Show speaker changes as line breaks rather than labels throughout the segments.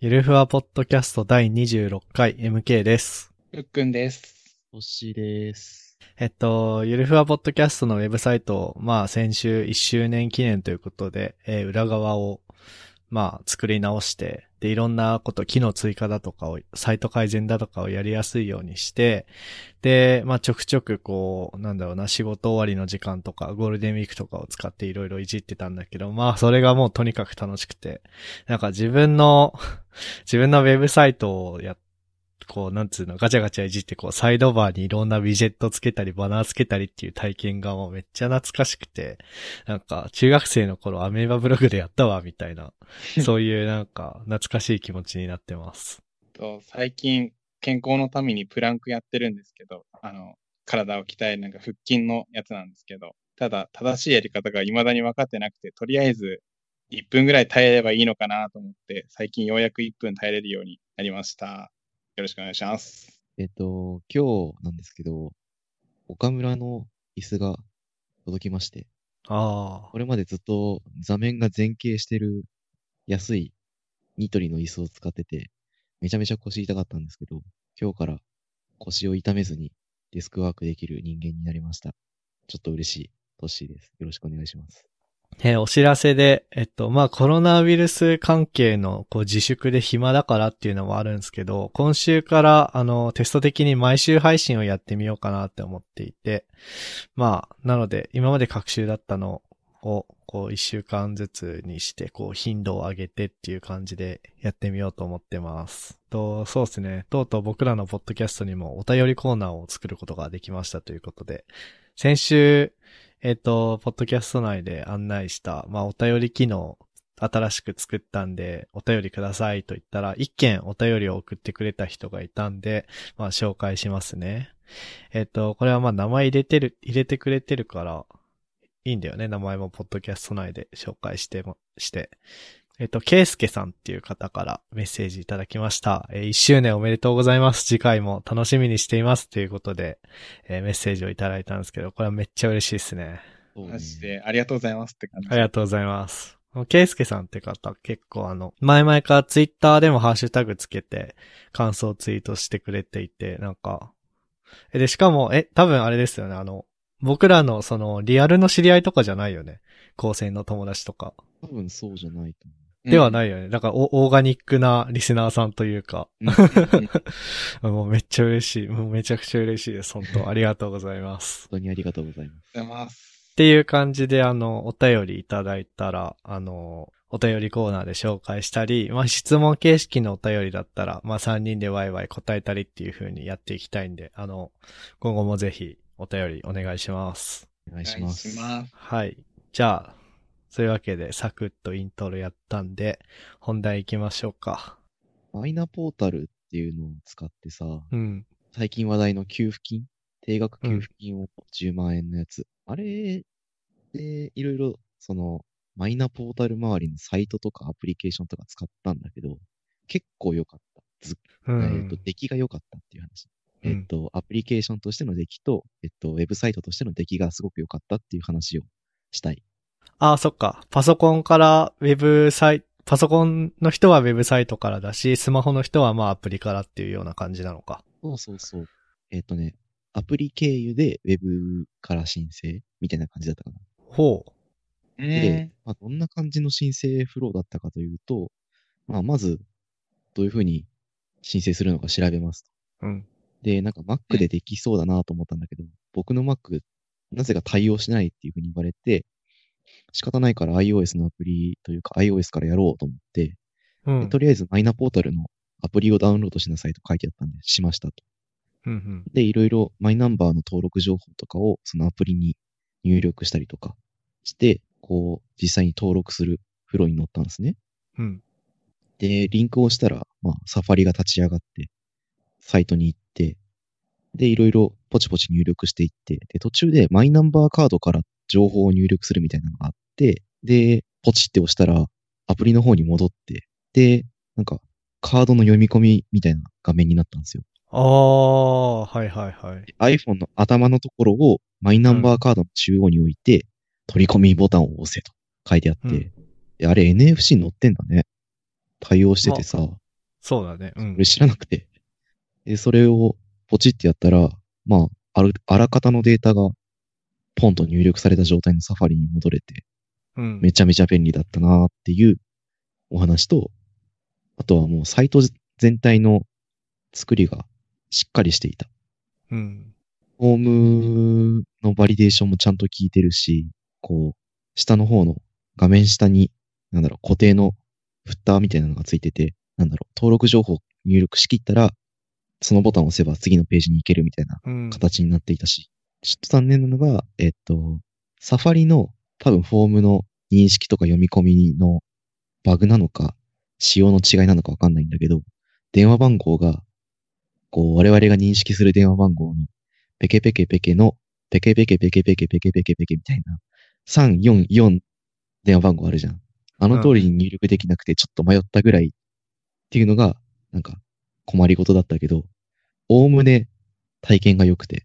ゆるふわポッドキャスト第26回 MK です。
ふっくんです。
星です。
えっと、ゆるふわポッドキャストのウェブサイトを、まあ先週1周年記念ということで、えー裏側を、まあ作り直して、で、いろんなこと、機能追加だとかを、サイト改善だとかをやりやすいようにして、で、まあちょくちょくこう、なんだろうな、仕事終わりの時間とか、ゴールデンウィークとかを使っていろいろいじってたんだけど、まあそれがもうとにかく楽しくて、なんか自分の、自分のウェブサイトをやっこう、なんつうの、ガチャガチャいじって、こう、サイドバーにいろんなウィジェットつけたり、バナーつけたりっていう体験がもうめっちゃ懐かしくて、なんか、中学生の頃アメーバブログでやったわ、みたいな、そういうなんか、懐かしい気持ちになってます。
と最近、健康のためにプランクやってるんですけど、あの、体を鍛えるなんか腹筋のやつなんですけど、ただ、正しいやり方が未だに分かってなくて、とりあえず1分ぐらい耐えればいいのかなと思って、最近ようやく1分耐えれるようになりました。よろしくお願いします。
えっと、今日なんですけど、岡村の椅子が届きまして、
あ
これまでずっと座面が前傾してる安いニトリの椅子を使ってて、めちゃめちゃ腰痛かったんですけど、今日から腰を痛めずにデスクワークできる人間になりました。ちょっと嬉しい。トッシーです。よろしくお願いします。
あ。えーお知らせで、えっと、まあ、コロナウイルス関係の、こう、自粛で暇だからっていうのもあるんですけど、今週から、あの、テスト的に毎週配信をやってみようかなって思っていて、まあ、なので、今まで各週だったのを、こう、一週間ずつにして、こう、頻度を上げてっていう感じでやってみようと思ってます。と、そうですね。とうとう僕らのポッドキャストにもお便りコーナーを作ることができましたということで、先週、えっ、と、ポッドキャスト内で案内した、まあ、お便り機能、新しく作ったんで、お便りくださいと言ったら、一件お便りを送ってくれた人がいたんで、まあ、紹介しますね。えっと、これはまあ名前入れてる、入れてくれてるから、いいんだよね。名前もポッドキャスト内で紹介しても、して。えっと、ケイスケさんっていう方からメッセージいただきました。えー1周年おめでとうございます。次回も楽しみにしています。ということで、えーメッセージをいただいたんですけど、これはめっちゃ嬉しいですね。
そうね
マジで、ありがとうございますって感じ。
ありがとうございます。ケイスケさんって方、結構あの、前々からツイッターでもハッシュタグつけて、感想ツイートしてくれていて、なんか、え、で、しかも、え、多分あれですよね、あの、僕らのその、リアルの知り合いとかじゃないよね。高専の友達とか。
多分そうじゃないと思
うん
ではないよね。だから、おオーガニックなリスナーさんというか、
うん
もうめっちゃ嬉しい。もうめちゃくちゃ嬉しいです。本当ありがとうございます
う。。本当にありがとうございます。
ありがとうございます
っ。ていう感じで、あの、お便りいただいたら、あの、お便りコーナーで紹介したり、まあ、質問形式のお便りだったら、まあ、3人でワイワイ答えたりっていう風にやっていきたいんで、あの、今後もぜひお便りお願いします。
お願
お
いします。
ます。
はい。じゃあ、そういうわけで、サクッとイントロやったんで、本題行きましょうか。
マイナポータルっていうのを使ってさ、
うん。
最近話題の給付金、定額給付金を10万円のやつ。あれで、いろいろ、その、マイナポータル周りのサイトとかアプリケーションとか使ったんだけど、結構良かった。ず
う
えっ
ん
と、。出来が良かったっていう話。
うん
えっと、アプリケーションとしての出来と、えっと、ウェブサイトとしての出来がすごく良かったっていう話をしたい。
ああ、そっか。パソコンからウェブサイト、パソコンの人はウェブサイトからだし、スマホの人はまあアプリからっていうような感じなのか。
そうそうそう。えっとね、アプリ経由でウェブから申請みたいな感じだったかな。
ほう。
う
で
ん、
まあ、どんな感じの申請フローだったかというと、まあ、まず、どういうふうに申請するのか調べますと。
うん。
で、なんか Mac でできそうだなと思ったんだけど、僕の Mac、なぜか対応しないっていうふうに言われて、仕方ないから iOS のアプリというか iOS からやろうと思って、
う
で
ん。
とりあえずマイナポータルのアプリをダウンロードしなさいと書いてあったんで、しましたと。
うんうん。
で、いろいろマイナンバーの登録情報とかをそのアプリに入力したりとかして、こう、実際に登録するフローに乗ったんですね。
うん。
で、リンクを押したら、まあ、サファリが立ち上がって、サイトに行って、で、いろいろポチポチ入力していって、で、途中でマイナンバーカードから情報を入力するみたいなのがあって、で、ポチって押したら、アプリの方に戻って、で、なんか、カードの読み込みみたいな画面になったんですよ。
ああ、はいはいはい。
iPhone の頭のところをマイナンバーカードの中央に置いて、取り込みボタンを押せと書いてあっ
う
て、
ん
であれ NFC 乗ってんだね。対応しててさ、
そうだね。うん
俺。知らなくて。で、それをポチってやったら、まあ、あるあらかたのデータが、ポンと入力された状態のサファリに戻れて、
うん
めちゃめちゃ便利だったなっていうお話と、あとはもうサイト全体の作りがしっかりしていた。
うん。
フォームのバリデーションもちゃんと効いてるし、こう、下の方の画面下に、なんだろう、固定のフッターみたいなのがついてて、なんだろう、登録情報入力しきったら、そのボタンを押せば次のページに行けるみたいな
うん。
形になっていたし、ちょっと残念なのが、えっと、サファリの多分フォームの認識とか読み込みのバグなのか、仕様の違いなのかわかんないんだけど、電話番号が、こう、我々が認識する電話番号の、ペケペケペケの、ペケペケペケペケペケペケペケみたいな、344電話番号あるじゃん。あの通りに入力できなくてちょっと迷ったぐらいっていうのが、なんか、困りごとだったけど、おおむね体験が良くて、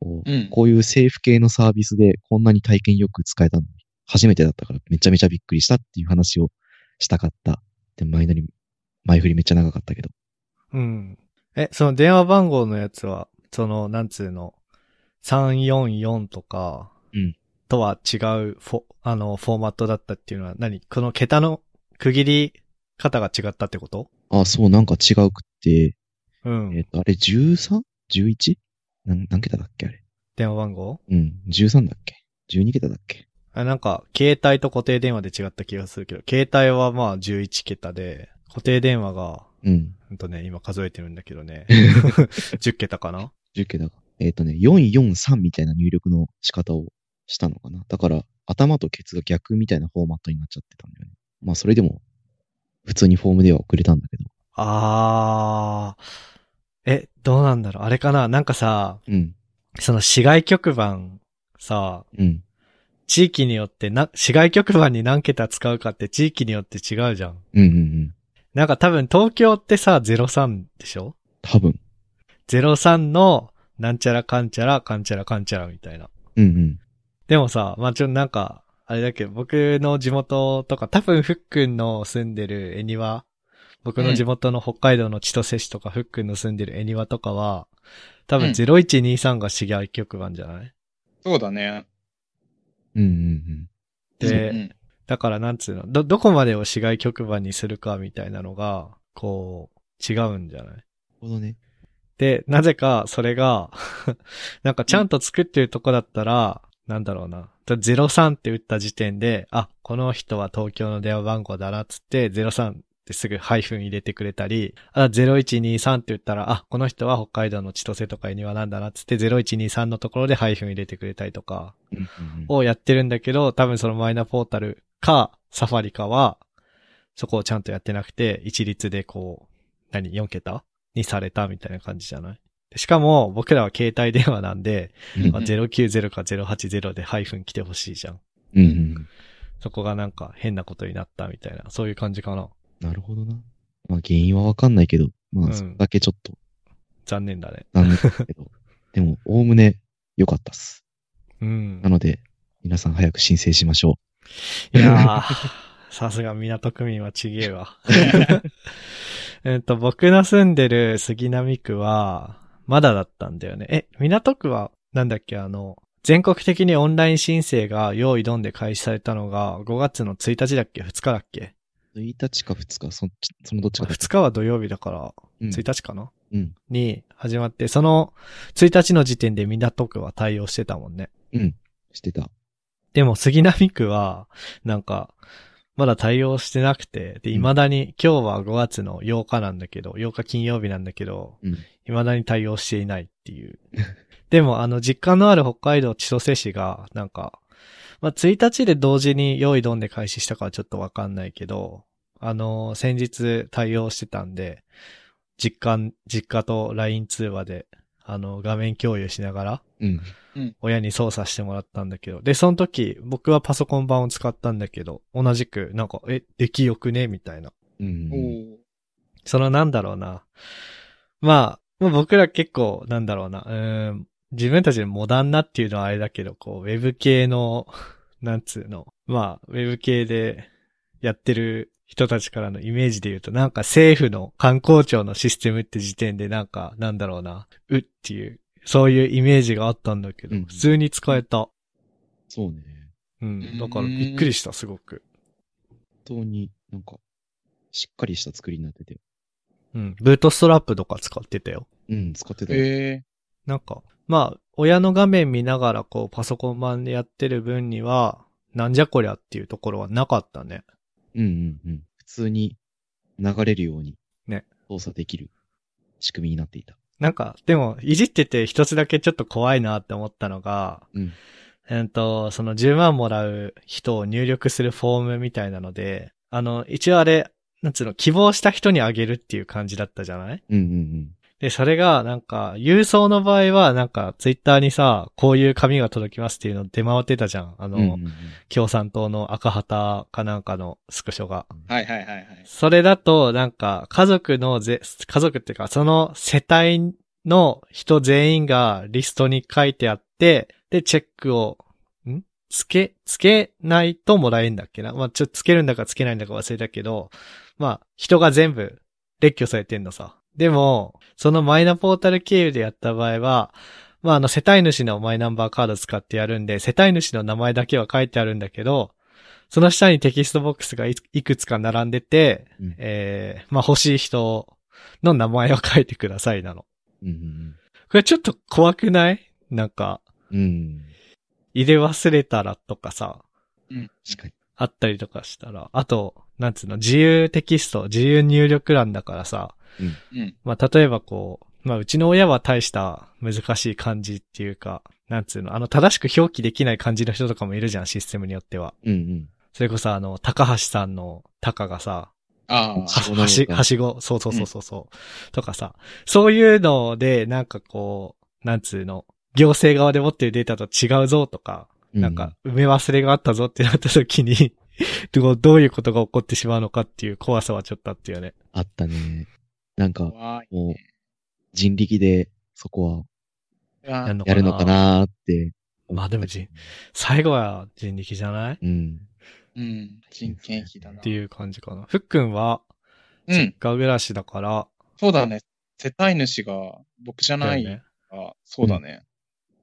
こう
うん
こういう政府系のサービスでこんなに体験よく使えたのに、初めてだったからめちゃめちゃびっくりしたっていう話をしたかった。で、前乗り、前振りめっちゃ長かったけど。
うん。え、その電話番号のやつは、その、なんつうの、344とか、
うん
とは違うフォ、あの、フォーマットだったっていうのは何、この桁の区切り方が違ったってこと
あ、そう、なんか違うくって、
う
えっ、
ん。
と、あれ 13?11? なん何桁だっけあれ。
電話番号
うん、13だっけ ?12 桁だっけ
あなんか、携帯と固定電話で違った気がするけど、携帯はまあ11桁で、固定電話が、
うん、
うんとね、今数えてるんだけどね。10桁かな
10桁が。えっ、とね、443みたいな入力の仕方をしたのかな。だから、頭とケツが逆みたいなフォーマットになっちゃってたんだよね。まあ、それでも、普通にフォームでは送れたんだけど。
あー。え、どうなんだろうあれかななんかさ、
うん、
その市外局番、さ、
うん。
地域によってな、市外局番に何桁使うかって地域によって違うじゃん。
うんうんうん。
なんか多分東京ってさ、03でしょ
多分。
?03 の、なんちゃらかんちゃら、かんちゃらかんちゃらみたいな。
うんうん。
でもさ、まあ、ちょ、なんか、あれだけど、僕の地元とか、多分ふっくんの住んでる恵庭、僕の地元の北海道の千歳市とか、ふっくんの住んでる恵庭とかは、多分
うん
0123が市外局番じゃない、
そうだね。
うんうん
で、
うん
だからなんつうの、ど、どこまでを市外局番にするかみたいなのが、こう、違うんじゃない
うん。ほどね。
で、なぜか、それが、 なんかちゃんと作ってるとこだったら、なんだろうな。03って打った時点で、あ、この人は東京の電話番号だな、つって、03ってすぐハイフン入れてくれたり、あ、0123って打ったら、あ、この人は北海道の千歳とかにはなんだな、つって、0123のところでハイフン入れてくれたりとか、
うんうんうん
をやってるんだけど、多分そのマイナポータルか、サファリかは、そこをちゃんとやってなくて、一律でこう、何、4桁にされたみたいな感じじゃないでしかも、僕らは携帯電話なんで、
うん
まあ、090か080でハイフン来てほしいじゃん。
うんうん。
そこがなんか変なことになったみたいな、そういう感じかな。
なるほどな。まあ、原因はわかんないけど、ま
う
あ、
ん
そこだけちょっと
残念だね。
残念だけど。でも、おおむね良かったっす。
うん
な。ので、皆さん早く申請しましょ
いやー、 さすが港区民はちげえ わ。えっと、僕の住んでる杉並区は、まだだったんだよね。え、港区は、なんだっけ、あの、全国的にオンライン申請が用意どんで開始されたのが5月の1日だっけ ?2 日だっけ
う。1日か2日、そっちそのどっちかだ
?2 日は土曜日だから、
うん
1日かな、
うん
に始まって、その1日の時点で港区は対応してたもんね。
してた。
でも杉並区は、なんか、まだ対応してなくて、で、
うん
未だに、今日は5月の8日なんだけど、8日金曜日なんだけど、
うん
未だに対応していないって いう。でも、あの、実家のある北海道千歳市が、なんか、まあ、1日で同時に用意どんで開始したかはちょっとわかんないけど、あの、先日対応してたんで、実家、実家と LINE 通話で、あの、画面共有しながら、
うん。
親に操作してもらったんだけど。で、その時、僕はパソコン版を使ったんだけど、同じく、なんか、え、出来よくねみたいな。
うん。
おー
そのなんだろうな。まあ、まあ僕ら結構、なんだろうな。うーん、自分たちでモダンなっていうのはあれだけど、こ う、ウェブ系の、なんつうの。まあ、ウェブ系でやってる人たちからのイメージで言うと、なんか政府の観光庁のシステムって時点でなんか、なんだろうな、うっていう、そういうイメージがあったんだけど、
うん
普通に使えた。
そうね。
うん。だからびっくりした、すごく。
本当になんか、しっかりした作りになってて。
うん。ブートストラップとか使ってたよ。
うん、使ってた。
え
なんか、まあ、親の画面見ながらこう、パソコン版でやってる分には、なんじゃこりゃっていうところはなかったね。
うんうんうん。普通に流れるように
ね
操作できる仕組みになっていた。
なんか、でも、いじってて一つだけちょっと怖いなって思ったのが、
うん
うんと、その10万もらう人を入力するフォームみたいなので、あの、一応あれ、なんつうの、希望した人にあげるっていう感じだったじゃない
うんうんうん。
で、それが、なんか、郵送の場合は、なんか、ツイッターにさ、こういう紙が届きますっていうの出回ってたじゃん。あの、
うんうんうん
共産党の赤旗かなんかのスクショが。
ー、はいはいはいはい。
それだと、なんか、家族のぜ、家族っていうか、その世帯の人全員がリストに書いてあって、で、チェックを、んつけ、つけないともらえんだっけなまあ、ちょ、つけるんだかつけないんだか忘れたけど、まあ、人が全部列挙されてんのさ。でも、そのマイナポータル経由でやった場合は、まあ、あの、世帯主のマイナンバーカード使ってやるんで、世帯主の名前だけは書いてあるんだけど、その下にテキストボックスがいいくつか並んでて、
うん
えー、まあ、欲しい人の名前を書いてくださいなの。
うんうん
これちょっと怖くないなんか、
うん。うん。
入れ忘れたらとかさ、
うん。
確かに。
あったりとかしたら、あと、なんつうの、自由テキスト、自由入力欄だからさ、
うん。
まあ、例えばこう、まあ、うちの親は大した難しい漢字っていうか、なんつうの、あの、正しく表記できない漢字の人とかもいるじゃん、システムによっては。
うんうん。
それこそあの、高橋さんの高がさ、
あ
は
あ、
しごなの
はし、
か
はしご、そうそうそうそうそう、とかさ、そういうので、なんかこう、なんつうの、行政側で持ってるデータと違うぞとか、
う
なんか、埋め忘れがあったぞってなった時に、 どうどういうことが起こってしまうのかっていう怖さはちょっとあったよね。
あったね。なんか、
怖い
もう
ね。
人力でそこは
あ
の
やるのかなーって思ったけど。
まあでもじ最後は人力じゃないっ
うん。
うん。人件費だな。
ていう感じかな。ふっくんは、
うん。
ガ暮らしだから、
そうだね。世帯主が僕じゃな
だ
い
よね。
あ、そうだね。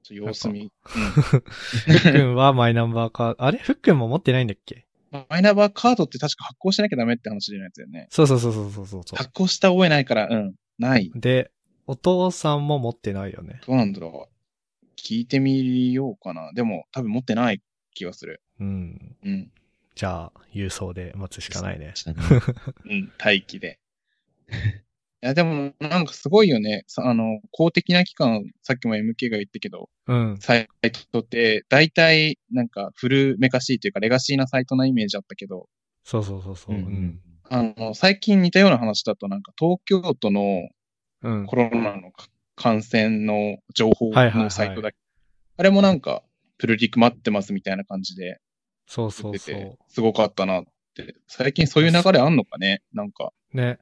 ちょっと様子見。
ふっくんは マイナンバーカード、あれふっくんも持ってないんだっけ
うんマイナンバーカードって確か発行しなきゃダメって話じゃないですよね。
そうそうそうそうそうそうそう。
発行した覚えないから、うん。ない。
で、お父さんも持ってないよね。
どうなんだろう。聞いてみようかな。でも、多分持ってない気がする。
うん。
うん。
じゃあ、郵送で待つしかないね。
したね
うん。待 機で。いや、でも、なんかすごいよね。さあの、公的な機関、さっきも MK が言ったけど、
うん。
サイトって、大体、なんか、古めかしいというか、レガシーなサイトなイメージあったけど、
そうそうそうそう。う
うん ん。
あの、最近似たような話だと、なんか、東京都の
うん。
コロナのか感染の情報
はいはいは
の
い
サイトだけ、あれもなんか、プルリク待ってますみたいな感じで
そうそ
出
う
て
そ
て
う。、
すごかったなって。最近そういう流れあんのかねなんか。
ね。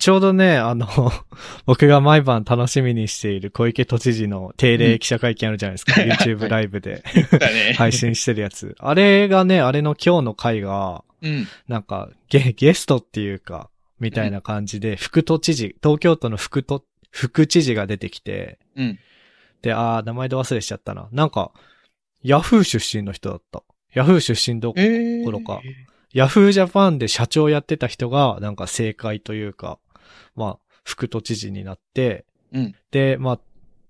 ちょうどね、あの、 僕が毎晩楽しみにしている小池都知事の定例記者会見あるじゃないですか。
うん
YouTube ライブで
だね。
配信してるや つ。あれがね、あれの今日の回が、
うん。
なんかゲ、ゲストっていうか、みたいな感じで、副都知事、東京都の副都、副知事が出てきて、
うん。
で、あー、名前で忘れしちゃったな。なんか、ヤフー出身の人だった。ヤフー出身どこ
えー。
頃かヤフージャパンで社長やってた人が、なんか政界というか、まあ、副都知事になって、
うん。
で、まあ、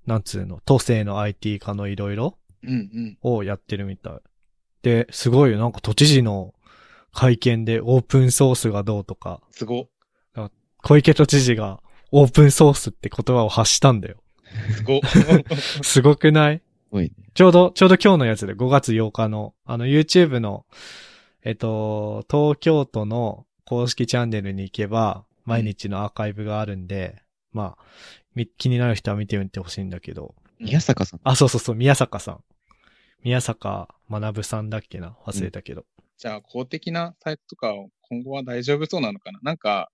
なんつうの、都政の IT 化のいろいろ
うんうん。
をやってるみたい。で、すごいよ、なんか都知事の会見でオープンソースがどうとか、
すご。
小池都知事がオープンソースって言葉を発したんだよ。
すご。
すごくない
すごいね。
ちょうど、ちょうど今日のやつで5月8日の、あの YouTube の、えっと、東京都の公式チャンネルに行けば、毎日のアーカイブがあるんで、まあ、み気になる人は見てみてほしいんだけど。
宮坂さん。
あ、そうそうそう、宮坂さん。宮坂学さんだっけな忘れたけど。
じゃあ、公的なサイトとかを今後は大丈夫そうなのかななんか、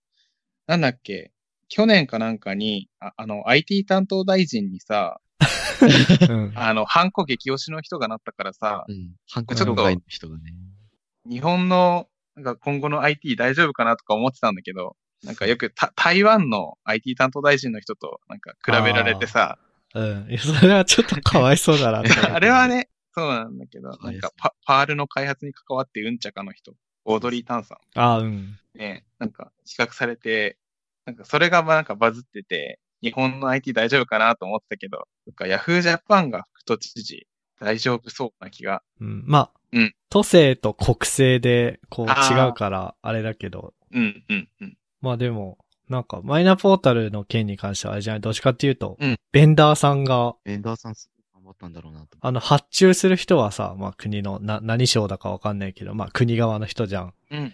なんだっけ、去年かなんかに、ああの、IT 担当大臣にさ、
うん。
あの、ハンコ激推しの人がなったからさ、
うん。韓
ちょっと
国の会の人がね。
日本のなんか今後の IT 大丈夫かなとか思ってたんだけど、なんかよくた台湾の IT 担当大臣の人となんか比べられてさ、
うん。いや、それはちょっとかわいそうだなって思っ て
あれは、ね、そうなんだけど、
そう
な
です
んかパパールの開発に関わってうんちゃかの人、オードリー・タンさん。
ああ、うん。
ね、なんか比較されて、なんかそれがまあなんかバズってて、日本の IT 大丈夫かなと思ってたけど、なんか Yahoo Japan が副都知事、大丈夫そうな気が。
うん。まあ、
うん
都政と国政で、こう
あー
違うから、あれだけど、
うんうんうん。
まあでも、なんか、マイナポータルの件に関してはあれじゃない、どっちかっていうと、
うん
ベンダーさんが、
ベンダーさんすごい頑張ったんだろうなと。
あの、発注する人はさ、まあ国の、な、何省だかわかんないけど、まあ国側の人じゃん。
うん。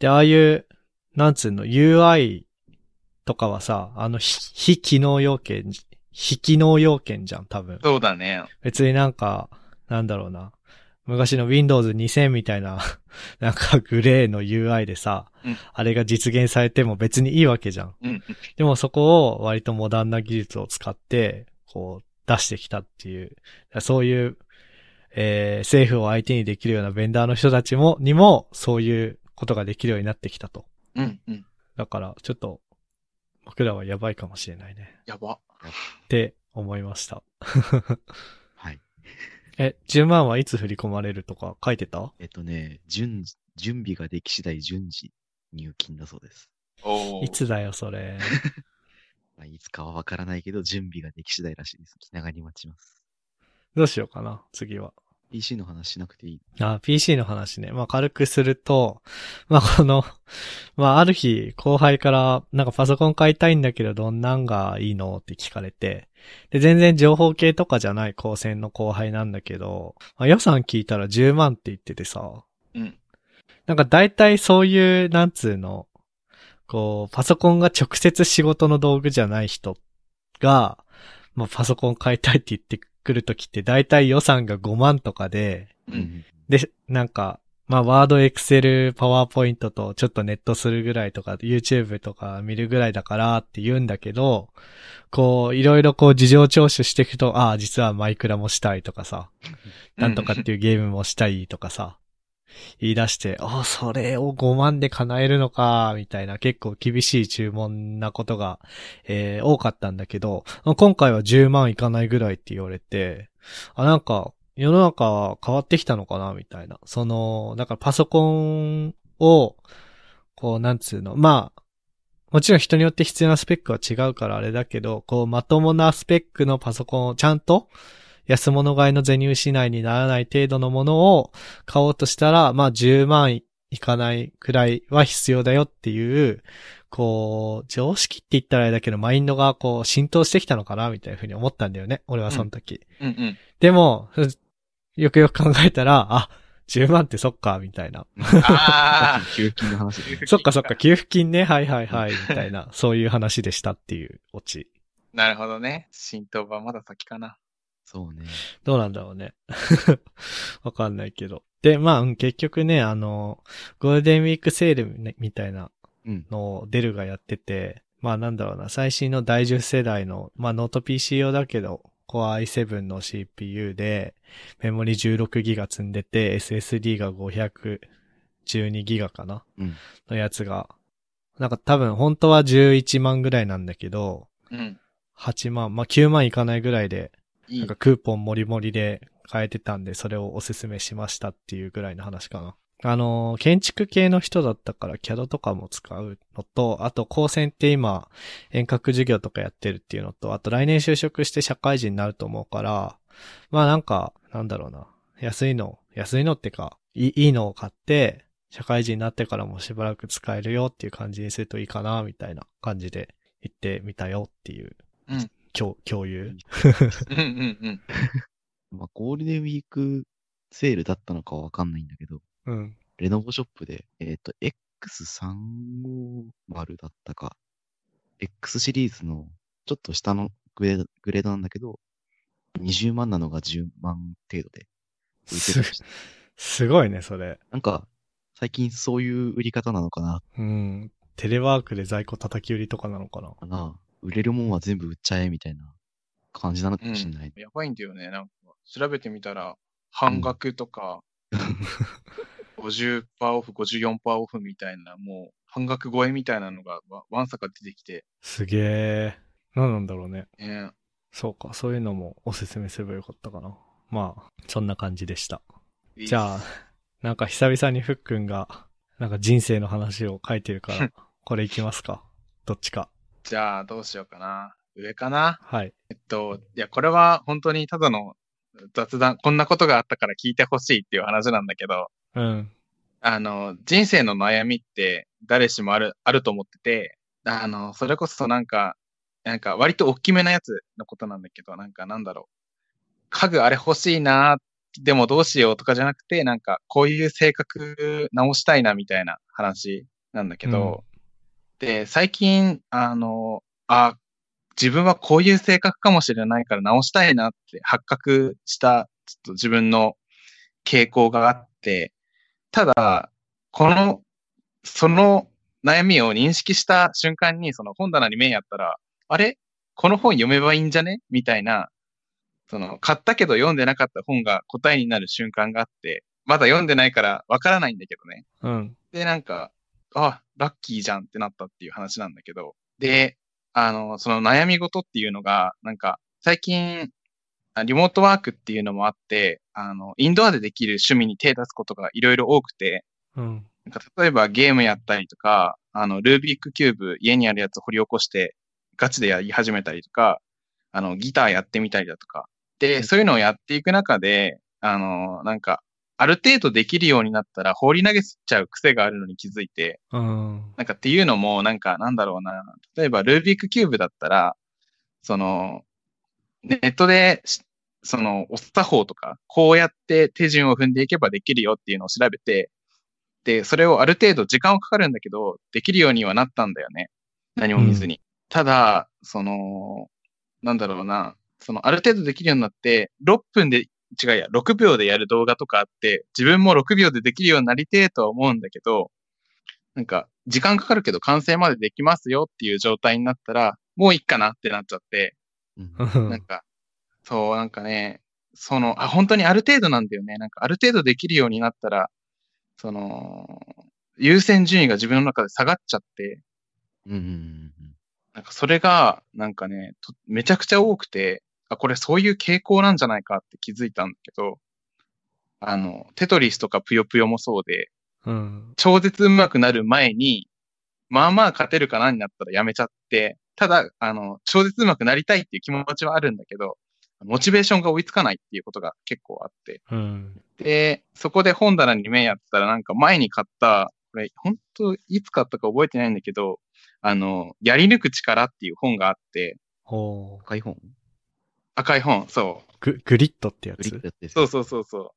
で、ああいう、なんつうの、UI とかはさ、あの、非、非機能要件、非機能要件じゃん、多分。
そうだね。
別になんか、なんだろうな。昔の Windows 2000みたいな、 なんかグレーの UI でさ、
うん
あれが実現されても別にいいわけじゃん。
うんうん。
でもそこを割とモダンな技術を使って、こう、出してきたっていう、そういう、えー政府を相手にできるようなベンダーの人たちも、にも、そういうことができるようになってきたと。
うんうん。
だから、ちょっと、僕らはやばいかもしれないね。
やば。
って思いました。
はい。
え、10万はいつ振り込まれるとか書いてた
えっとね、準、準備ができ次第順次入金だそうです。
おお。
いつだよ、それ。
まあ、いつかはわからないけど、準備ができ次第らしいです。気長に待ちます。
どうしようかな、次は。
PC の話しなくていい。
あ、PC の話ね。まあ、軽くすると、まあ、この、 まあ、ある日、後輩から、なんかパソコン買いたいんだけど、どんなんがいいのって聞かれて、で、全然情報系とかじゃない高専の後輩なんだけど、まあ、予算聞いたら10万って言っててさ、
うん。
なんか大体そういう、なんつうの、こう、パソコンが直接仕事の道具じゃない人が、まあ、パソコン買いたいって言ってくるときって、大体予算が5万とかで、
うん
で、なんか、まあ、ワード、エクセル、パワーポイントと、ちょっとネットするぐらいとか、YouTube とか見るぐらいだからって言うんだけど、こう、いろいろこう、事情聴取していくと、ああ、実はマイクラもしたいとかさ、なんとかっていうゲームもしたいとかさ、言い出して、ああ、それを5万で叶えるのか、みたいな、結構厳しい注文なことが、えー多かったんだけど、今回は10万いかないぐらいって言われて、あ、なんか、世の中は変わってきたのかな、みたいな。その、だからパソコンを、こう、なんつうの、まあ、もちろん人によって必要なスペックは違うからあれだけど、こう、まともなスペックのパソコンをちゃんと、安物買いの税入市内にならない程度のものを買おうとしたら、まあ10万いかないくらいは必要だよっていう、こう、常識って言ったらあれだけど、マインドがこう浸透してきたのかな、みたいな風に思ったんだよね。俺はその時。
うんうん。
でも、ふよくよく考えたら、あ、10万ってそっか、みたいな。
ああ。
給付金の話だね
そっかそっか、。給付金ね、はいはいはい、みたいな、そういう話でしたっていうオチ。
なるほどね。浸透版まだ先かな。
そうね。
どうなんだろうね。 わかんないけど。で、まあ、うん結局ね、あの、ゴールデンウィークセールみみたいな
うん。
のをデルがやってて、まあなんだろうな、最新の第10世代の、まあノート PC 用だけど、Core i7 の CPU で、メモリ 16GB 積んでて、SSD が 512GB かな
うん
のやつが、なんか多分本当は11万ぐらいなんだけど、
うん。
8万、まあ9万いかないぐらいで、
い
なん
い
か。クーポンもりもりで買えてたんで、それをおすすめしましたっていうぐらいの話かな。あのー、建築系の人だったから CAD とかも使うのと、あと高専って今遠隔授業とかやってるっていうのと、あと来年就職して社会人になると思うから、まあなんか、なんだろうな。安いの、安いのってか、いいいいのを買って、社会人になってからもしばらく使えるよっていう感じにするといいかな、みたいな感じで言ってみたよっていう、
うん
共共有。
うんうんうん。
まあ、ゴールデンウィークセールだったのかはわかんないんだけど、
うん。
レノボショップで、えっ、と、X350 だったか、X シリーズのちょっと下のグレードグレードなんだけど、20万なのが10万程度で売ってた
す
りして、
すごいね、それ。
なんか、最近そういう売り方なのかな、
うん。テレワークで在庫叩き売りとかなのかな。
かな売れるもんは全部売っちゃえみたいな感じなのかもしれない。
やばいんだよね。なんか、調べてみたら、半額とか、 50%オフ、54%オフみたいな、もう半額超えみたいなのがわわんさか出てきて、
すげえ。何なんだろうね。
ね
そうか、そういうのもおすすめすればよかったかな。まあ、そんな感じでした。
いいっす
じゃあ、なんか久々にふっくんが、なんか人生の話を書いてるから、 これいきますか。どっちか。
じゃあ、どうしようかな。上かな
はい。
えっと、いや、これは本当にただの雑談、こんなことがあったから聞いてほしいっていう話なんだけど、
うん。
あの、人生の悩みって誰しもある、あると思ってて、あの、それこそなんか、なんか割と大きめなやつのことなんだけど、なんかなんだろう。家具あれ欲しいな、でもどうしようとかじゃなくて、なんかこういう性格直したいなみたいな話なんだけど、で、最近、あの、あ、自分はこういう性格かもしれないから直したいなって発覚した、ちょっと自分の傾向があって、ただ、この、その悩みを認識した瞬間に、その本棚に目やったら、あれこの本読めばいいんじゃねみたいな、その、買ったけど読んでなかった本が答えになる瞬間があって、まだ読んでないからわからないんだけどね。
うん。
で、なんか、あ、ラッキーじゃんってなったっていう話なんだけど、で、あの、その悩み事っていうのが、なんか、最近、あリモートワークっていうのもあって、あの、インドアでできる趣味に手出すことがいろいろ多くて、
うん。
なんか例えばゲームやったりとか、あの、ルービックキューブ、家にあるやつ掘り起こして、ガチでやり始めたりとか、あの、ギターやってみたりだとか。で、そういうのをやっていく中で、あの、なんか、ある程度できるようになったら放り投げちゃう癖があるのに気づいて、
うん。
なんかっていうのも、なんかなんだろうな。例えば、ルービックキューブだったら、その、ネットでし、その、押す作法とか、こうやって手順を踏んでいけばできるよっていうのを調べて、で、それをある程度時間はかかるんだけど、できるようにはなったんだよね。何も見ずに。ただ、その、なんだろうな。その、ある程度できるようになって、6分で、違うや、6秒でやる動画とかあって、自分も6秒でできるようになりてえとは思うんだけど、なんか、時間かかるけど完成までできますよっていう状態になったら、もういいかなってなっちゃって、
うん
う
なん
ん。
か、そう、なんかね、その、あ、本当にある程度なんだよね。なんか、ある程度できるようになったら、その、優先順位が自分の中で下がっちゃって、
うんうん
なんかそれが、なんかね、とめちゃくちゃ多くて、あ、これそういう傾向なんじゃないかって気づいたんだけど、あの、テトリスとかぷよぷよもそうで、
うん。
超絶上手くなる前に、まあまあ勝てるかなになったらやめちゃって、ただ、あの、超絶上手くなりたいっていう気持ちはあるんだけど、モチベーションが追いつかないっていうことが結構あって。
うん。
で、そこで本棚に目やったらなんか前に買った、これ、本当いつ買ったか覚えてないんだけど、あの、やり抜く力っていう本があって、
おー
赤い本
赤い本、そう。
グ、グリッドってや
グリッ
つ
プ。やって
そうそうそうそ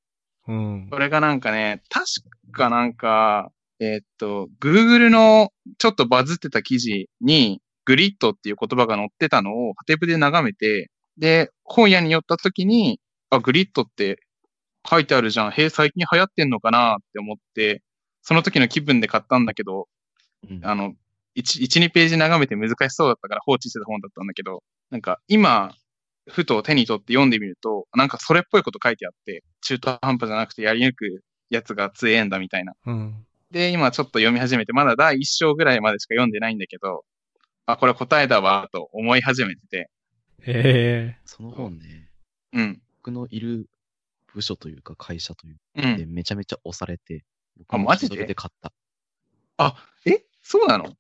う。
うん
こ。れがなんかね、確かなんか、えーっと、Google のちょっとバズってた記事に、グリッドっていう言葉が載ってたのをハテプで眺めて、で、本屋に寄った時に、あ、グリッドって書いてあるじゃん。へえ、最近流行ってんのかなって思って、その時の気分で買ったんだけど、
うん
あの、1、1 2ページ眺めて難しそうだったから放置してた本だったんだけど、なんか今、ふと手に取って読んでみると、なんかそれっぽいこと書いてあって、中途半端じゃなくてやり抜くやつが強えんだみたいな。
うん。
で、今ちょっと読み始めて、まだ第1章ぐらいまでしか読んでないんだけど、あ、これ答えだわ、と思い始めてて、
ええ
その本ね、
うん、
僕のいる部署というか会社という
う
かで
ん。
めちゃめちゃ押されて、
あマジで
それで買った。
えそうなの
で、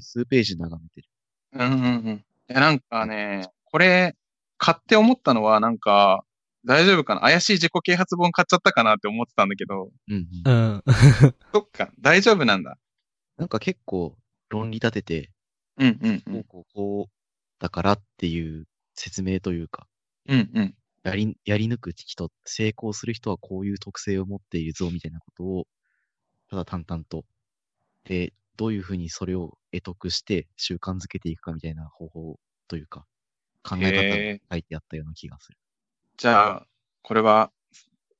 数ページ眺めてる。
うんうんうん。いや、なんかね、これ、買って思ったのは、なんか、大丈夫かな怪しい自己啓発本買っちゃったかなって思ってたんだけど、
うんうん
うん。
そっか、大丈夫なんだ。
なんか結構論理立てて、
うんうんう。
こうんこうこうだからっていう説明というか、
うんうん。
やりやり抜く人、成功する人はこういう特性を持っているぞみたいなことを、ただ淡々と。で、どういうふうにそれを得得して習慣づけていくかみたいな方法というか、考え
へ
方が書いてあったような気がする。
じゃあ、これは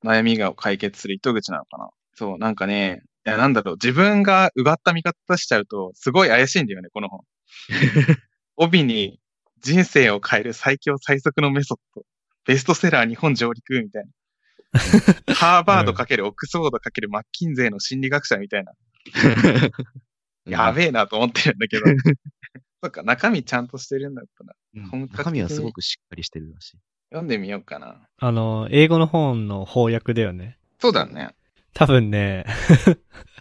悩みが解決する糸口なのかな。そう、なんかね、いや、なんだろう、自分がうがった見方しちゃうと、すごい怪しいんだよね、この本。 帯に、人生を変える最強最速のメソッド、ベストセラー日本上陸みたいな。 ハーバードかけるオックスフォードかけるマッキンゼーの心理学者みたいな、や
え。
べえなと思ってるんだ けど。そっか、中身ちゃんとしてるんだったら、
うん
本格的
中身はすごくしっかりしてるらしい。
読んでみようかな。
あの、英語の本の翻訳だよね。
そうだね。
多分ね、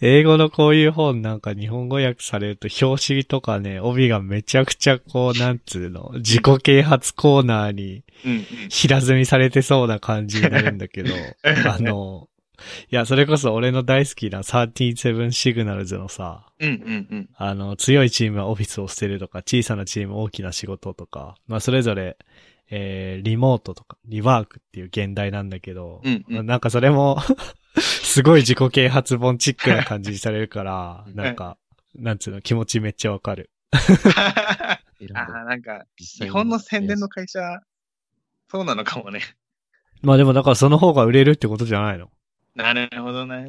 英語のこういう本なんか日本語訳されると表紙とかね、帯がめちゃくちゃこう、なんつうの、自己啓発コーナーに
うんうん。
平積みされてそうな感じになるんだけど、あの、いや、それこそ俺の大好きな37シグナルズのさ、
うんうんうん。
あの、強いチームはオフィスを捨てるとか、小さなチームは大きな仕事とか、まあそれぞれ、えー、リモートとか、リワークっていう現代なんだけど、
うんうん
まあなんかそれも、 すごい自己啓発本チックな感じにされるから、
うん
なんか、なんつうの、気持ちめっちゃわかる。
あ
選んだ
あー、なんか、
実際
日本の宣伝の会社、そうなのかもね。
まあでもだからその方が売れるってことじゃないの
なるほどね。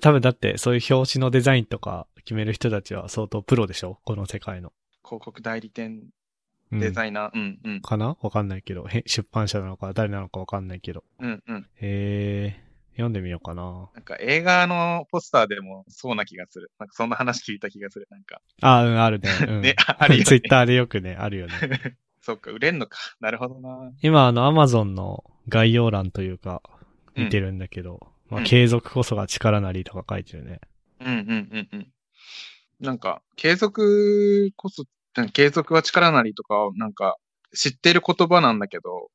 多分だってそういう表紙のデザインとか決める人たちは相当プロでしょこの世界の。
広告代理店、
うん
デザイナー、うん、うん、
かなわかんないけど。へ出版社なのか誰なのかわかんないけど。
うん、うん。
へえ、読んでみようかな。
なんか映画のポスターでもそうな気がする。なんかそんな話聞いた気がする。なんか。
あ、うん、あるね。うん、
ね、ああるよ、ね。
ツイッターでよくね、あるよね。
そっか、売れんのか。なるほどな。
今、あの、アマゾンの概要欄というか、見て
る。
るんだけど、ま
う
あ、
ん
継続こそが力なりとか書いてるね。
うん、うん、うん、うん。なんか、継続こそ、継続は力なりとか、なんか、知ってる言葉なんだけど、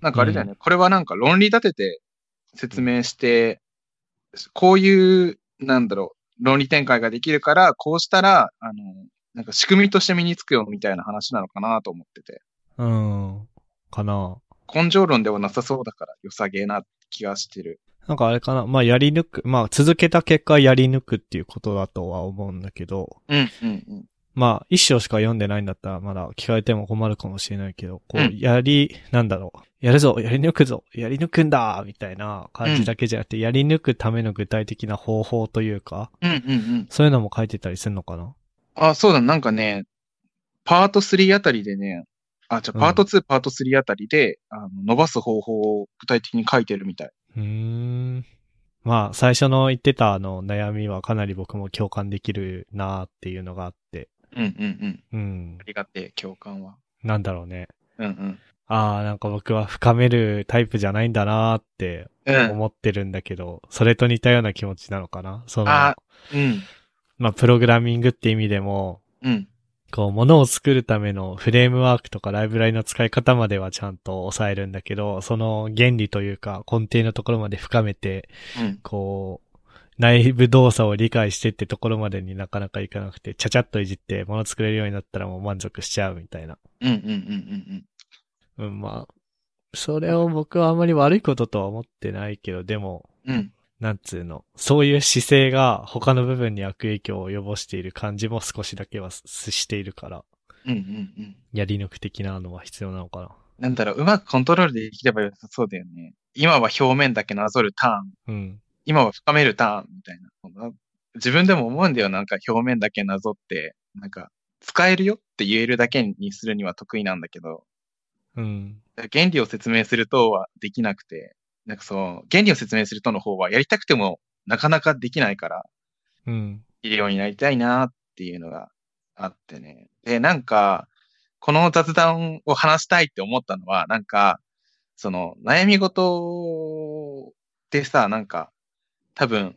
なんかあれだよね。これはなんか論理立てて説明して、こういう、なんだろう、論理展開ができるから、こうしたら、あの、なんか仕組みとして身につくよみたいな話なのかなと思ってて。
うん。かな。
根性論ではなさそうだから良さげな気がしてる。
なんかあれかな。まあ、やり抜く。まあ、続けた結果、やり抜くっていうことだとは思うんだけど、
うん、うん、うん。
まあ、一章しか読んでないんだったら、まだ聞かれても困るかもしれないけど、こ
う
う、
ん
やり、なんだろう。やるぞやり抜くぞやり抜くんだみたいな感じだけじゃなくて、やり抜くための具体的な方法というか、
うん、うん、うん。
そういうのも書いてたりするのかな
あ、そうだ、なんかね、パート3あたりでね、あ、じゃあ
うん
パート2、パート3あたりで、あの、伸ばす方法を具体的に書いてるみたい。
うーん。まあ、最初の言ってたあの悩みはかなり僕も共感できるなーっていうのがあって、
うんうんうん。
うん
あ。りがてえ、共感は。
なんだろうね。
うんうん。
ああ、なんか僕は深めるタイプじゃないんだなーって
うん。
思ってるんだけど、それと似たような気持ちなのかなその、
あうん。
まあ、プログラミングって意味でも、
うん。
こう、物を作るためのフレームワークとかライブラリの使い方まではちゃんと抑えるんだけど、その原理というか根底のところまで深めて、
うん。
こう、内部動作を理解してってところまでになかなかいかなくて、ちゃちゃっといじって物作れるようになったらもう満足しちゃうみたいな。
うんうんうんうん
うん、まあ、それを僕はあまり悪いこととは思ってないけど、でも、
うん。うん。
なんつうの、そういう姿勢が他の部分に悪影響を及ぼしている感じも少しだけはすしているから、
うんうんうん。
やり抜く的なのは必要なのかな。
なんだろう、うまくコントロールできれば良さそうだよね。今は表面だけなぞるター
う
ン。
ん。
今は深めるターンみたいな。その自分でも思うんだよ。なんか表面だけなぞって、なんか使えるよって言えるだけにするには得意なんだけど、
うん。
原理を説明するとはできなくて、なんかそう、原理を説明するとの方はやりたくてもなかなかできないから、
うん。
医療になりたいなっていうのがあってね。で、なんか、この雑談を話したいって思ったのは、なんか、その悩み事でさ、なんか、多分、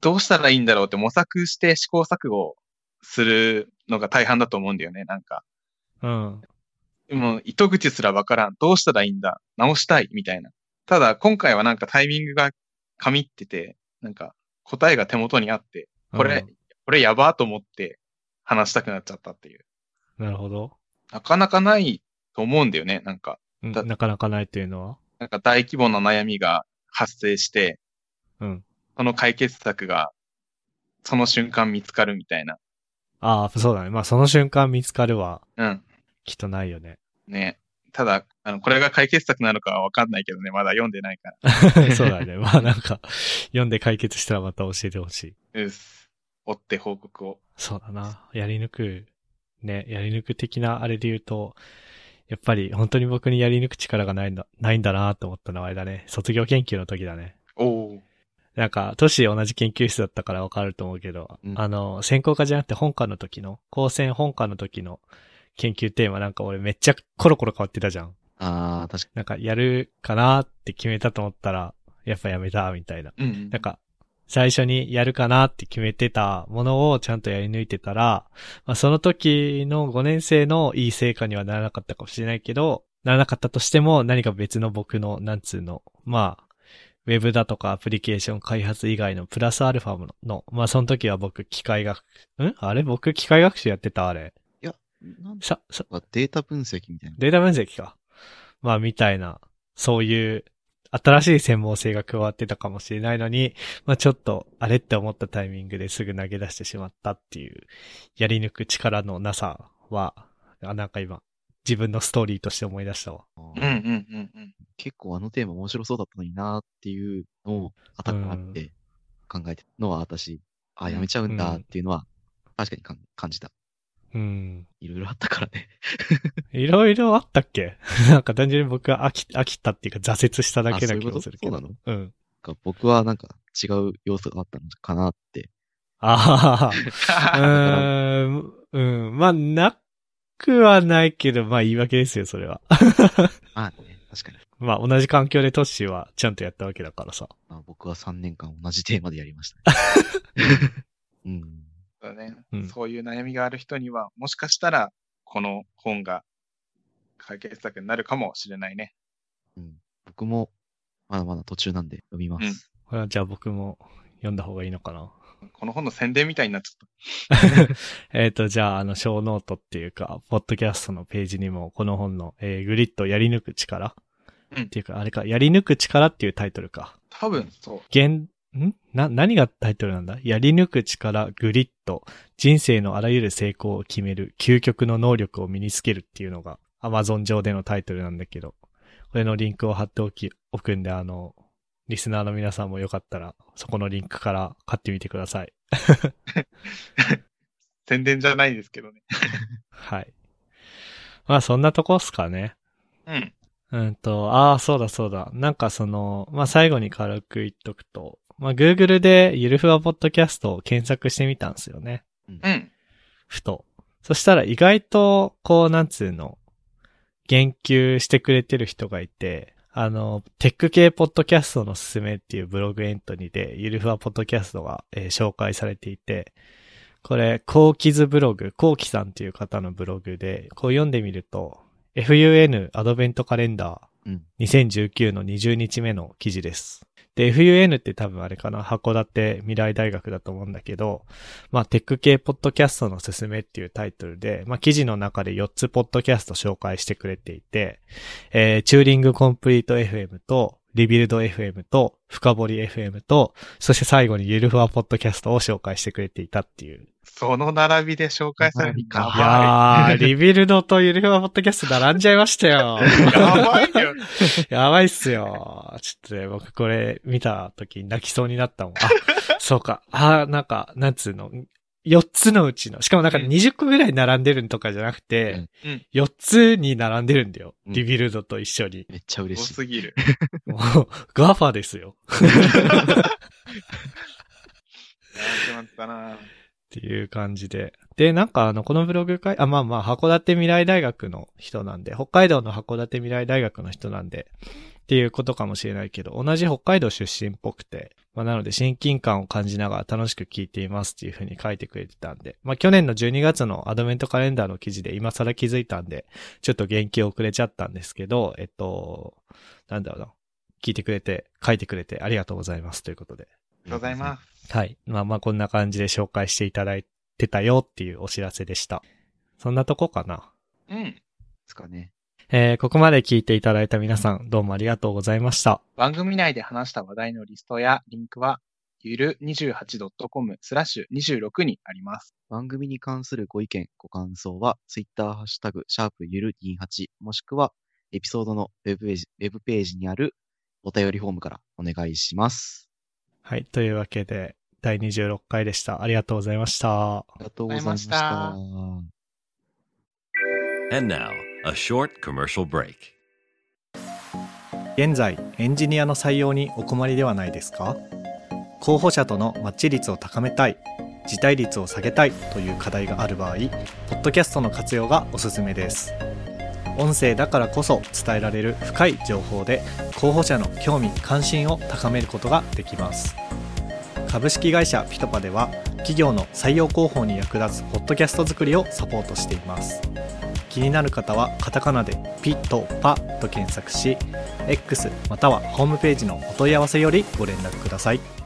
どうしたらいいんだろうって模索して試行錯誤するのが大半だと思うんだよね、なんか。
うん。
もう糸口すらわからん。どうしたらいいんだ直したいみたいな。ただ、今回はなんかタイミングが噛みってて、なんか答えが手元にあって、これ、これやばーと思って話したくなっちゃったっていう。
うん。なるほど。
なかなかないと思うんだよね。なんか、
うん
だ
なかなかないというのは。
なんか大規模な悩みが発生して、
うん。
その解決策がその瞬間見つかるみたいな。
ああ、そうだね。まあ、その瞬間見つかるは、
うん。
きっとないよね。
ね。ただ、あの、これが解決策なのかはわかんないけどね。まだ読んでないか
そうだね。まあなんか、読んで解決したらまた教えてほしい。
ら。うっす。追って報告を。
そうだな。やり抜く、ね、やり抜く的なあれで言うと、やっぱり本当に僕にやり抜く力がないんだ、ないんだなと思ったのはあれだね。卒業研究の時だね。
おお。
なんか、都市同じ研究室だったからわかると思うけど、
うん
あの、専攻科じゃなくて本科の時の、高専本科の時の研究テーマなんか俺めっちゃコロコロ変わってたじゃん。
ああ、確か
なんか、やるかなって決めたと思ったら、やっぱやめた、みたいな。
うんうん。
なんか、最初にやるかなって決めてたものをちゃんとやり抜いてたら、まあ、その時の5年生のいい成果にはならなかったかもしれないけど、ならなかったとしても何か別の僕の、なんつうの、まあ、ウェブだとかアプリケーション開発以外のプラスアルファの、のまあその時は僕機械学、んあれ僕機械学習やってたあれ。
に。なんだ
さ、さ、
かデータ分析みたいな。
データ分析か。まあ、みたいな、そういう、新しい専門性が加わってたかもしれないのに、まあちょっと、あれって思ったタイミングですぐ投げ出してしまったっていう、やり抜く力のなさは、あ、なんか今、自分のストーリーとして思い出したわ。
あ
う
ー
んうんうん うん。
結構あのテーマ面白そうだったのになーっていうのを頭があって考えてるのは私、あ、やめちゃうんだっていうのは確かにかん感じた。
うん。
いろいろあったからね。
いろいろあったっけ なんか単純に僕は飽き、飽きたっていうか挫折しただけ
あそ
な
ういう
気
こと
がするけど。
そうなの
うん。
なんか僕はなんか違う要素があったのかなって。
ああ、うーん、うん。まあ、なくはないけど、まあ言い訳ですよ、それは。
あね、確かに。
まあ同じ環境でトッシーはちゃんとやったわけだからさ。
まあ、僕は3年間同じテーマでやりました、 ね。うん。
そうだね、
うん
そういう悩みがある人には、もしかしたら、この本が解決策になるかもしれないね。
うん、僕もまだまだ途中なんで読みます。
うん
これはじゃあ僕も読んだ方がいいのかな。
この本の宣伝みたいになっちゃっ
えっと、じゃああの、小ノートっていうか、ポッドキャストのページにもこの本の、えーグリッドやり抜く力、
うん
っていうか、あれか、やり抜く力っていうタイトルか。
た。多分、そう。
現、んな、何がタイトルなんだやり抜く力、グリッド、人生のあらゆる成功を決める、究極の能力を身につけるっていうのが、Amazon 上でのタイトルなんだけど、これのリンクを貼っておき、おくんで、あの、リスナーの皆さんもよかったら、そこのリンクから買ってみてください。
宣伝じゃないですけどね。
はい。まあ、そんなとこっすかね。
うん。
うんと、ああ、そうだそうだ。なんかその、まあ、最後に軽く言っとくと、まあ、Google でゆるふわポッドキャストを検索してみたんですよね。
うん。
ふと。そしたら意外と、こう、なんつうの、言及してくれてる人がいて、あの、テック系ポッドキャストのすすめっていうブログエントリーで、ゆるふわポッドキャストが、えー紹介されていて、これ、コウキズブログ、コウキさんっていう方のブログで、こう読んでみると、FUN アドベントカレンダ
う
ー
ん、
2019の20日目の記事です。で、FUN って多分あれかな、函館未来大学だと思うんだけど、まあ、テック系ポッドキャストのすすめっていうタイトルで、まあ、記事の中で4つポッドキャスト紹介してくれていて、えー、チューリングコンプリート FM と、リビルド FM と、深掘り FM と、そして最後にゆるふわポッドキャストを紹介してくれていたっていう。
その並びで紹介される。
や
い
や
やー、リビルドとゆるふわポッドキャスト並んじゃいましたよ。
ばい。やばいよ。
やばいっすよ。ちょっとね、僕これ見た時泣きそうになった もん。あ、そうか。あ、なんか、なんつうの。4つのうちの、しかもなんか
うん
20個ぐらい並んでるんとかじゃなくて、
うんうん
4つに並んでるんだよ。
うん
リビルドと一緒に。
めっちゃ
多
嬉しい。。
すぎる。
もう、ガファですよ。
始まったな
っていう感じで。で、なんかあの、このブログ会、あ、まあまあ、函館未来大学の人なんで、北海道の函館未来大学の人なんで、っていうことかもしれないけど、同じ北海道出身っぽくて、まあなので親近感を感じながら楽しく聞いていますっていうふうに書いてくれてたんで、まあ去年の12月のアドベントカレンダーの記事で今更気づいたんで、ちょっと言及遅れちゃったんですけど、えっと、なんだろうな。聞いてくれて、書いてくれてありがとうございますということで。
ありがとうございますす。
はい。まあまあこんな感じで紹介していただいてたよっていうお知らせでした。そんなとこかな。
うん。
ですかね。
えー、ここまで聞いていただいた皆さん、どうもありがとうございました。
番組内で話した話題のリストやリンクは、ゆる 28.com スラッシュ26にあります。
番組に関するご意見、ご感想は、ツイッターハッシュタグ、シャープゆる28、もしくは、エピソードのウェブページ、ウェブページにあるお便りフォームからお願いします。
はい。というわけで、第26回でした。ありがとうございました。
ありがとうございまし
ありがとう
た。
And now, a short commercial break.
現在エンジニアの採用にお困りではないですか候補者とのマッチ率を高めたい辞退率を下げたいという課題がある場合ポッドキャストの活用がおすすめです音声だからこそ伝えられる深い情報で候補者の興味関心を高めることができます株式会社ピトパでは企業の採用広報に役立つポッドキャスト作りをサポートしています気になる方はカタカナでピトパと検索し X またはホームページのお問い合わせよりご連絡ください。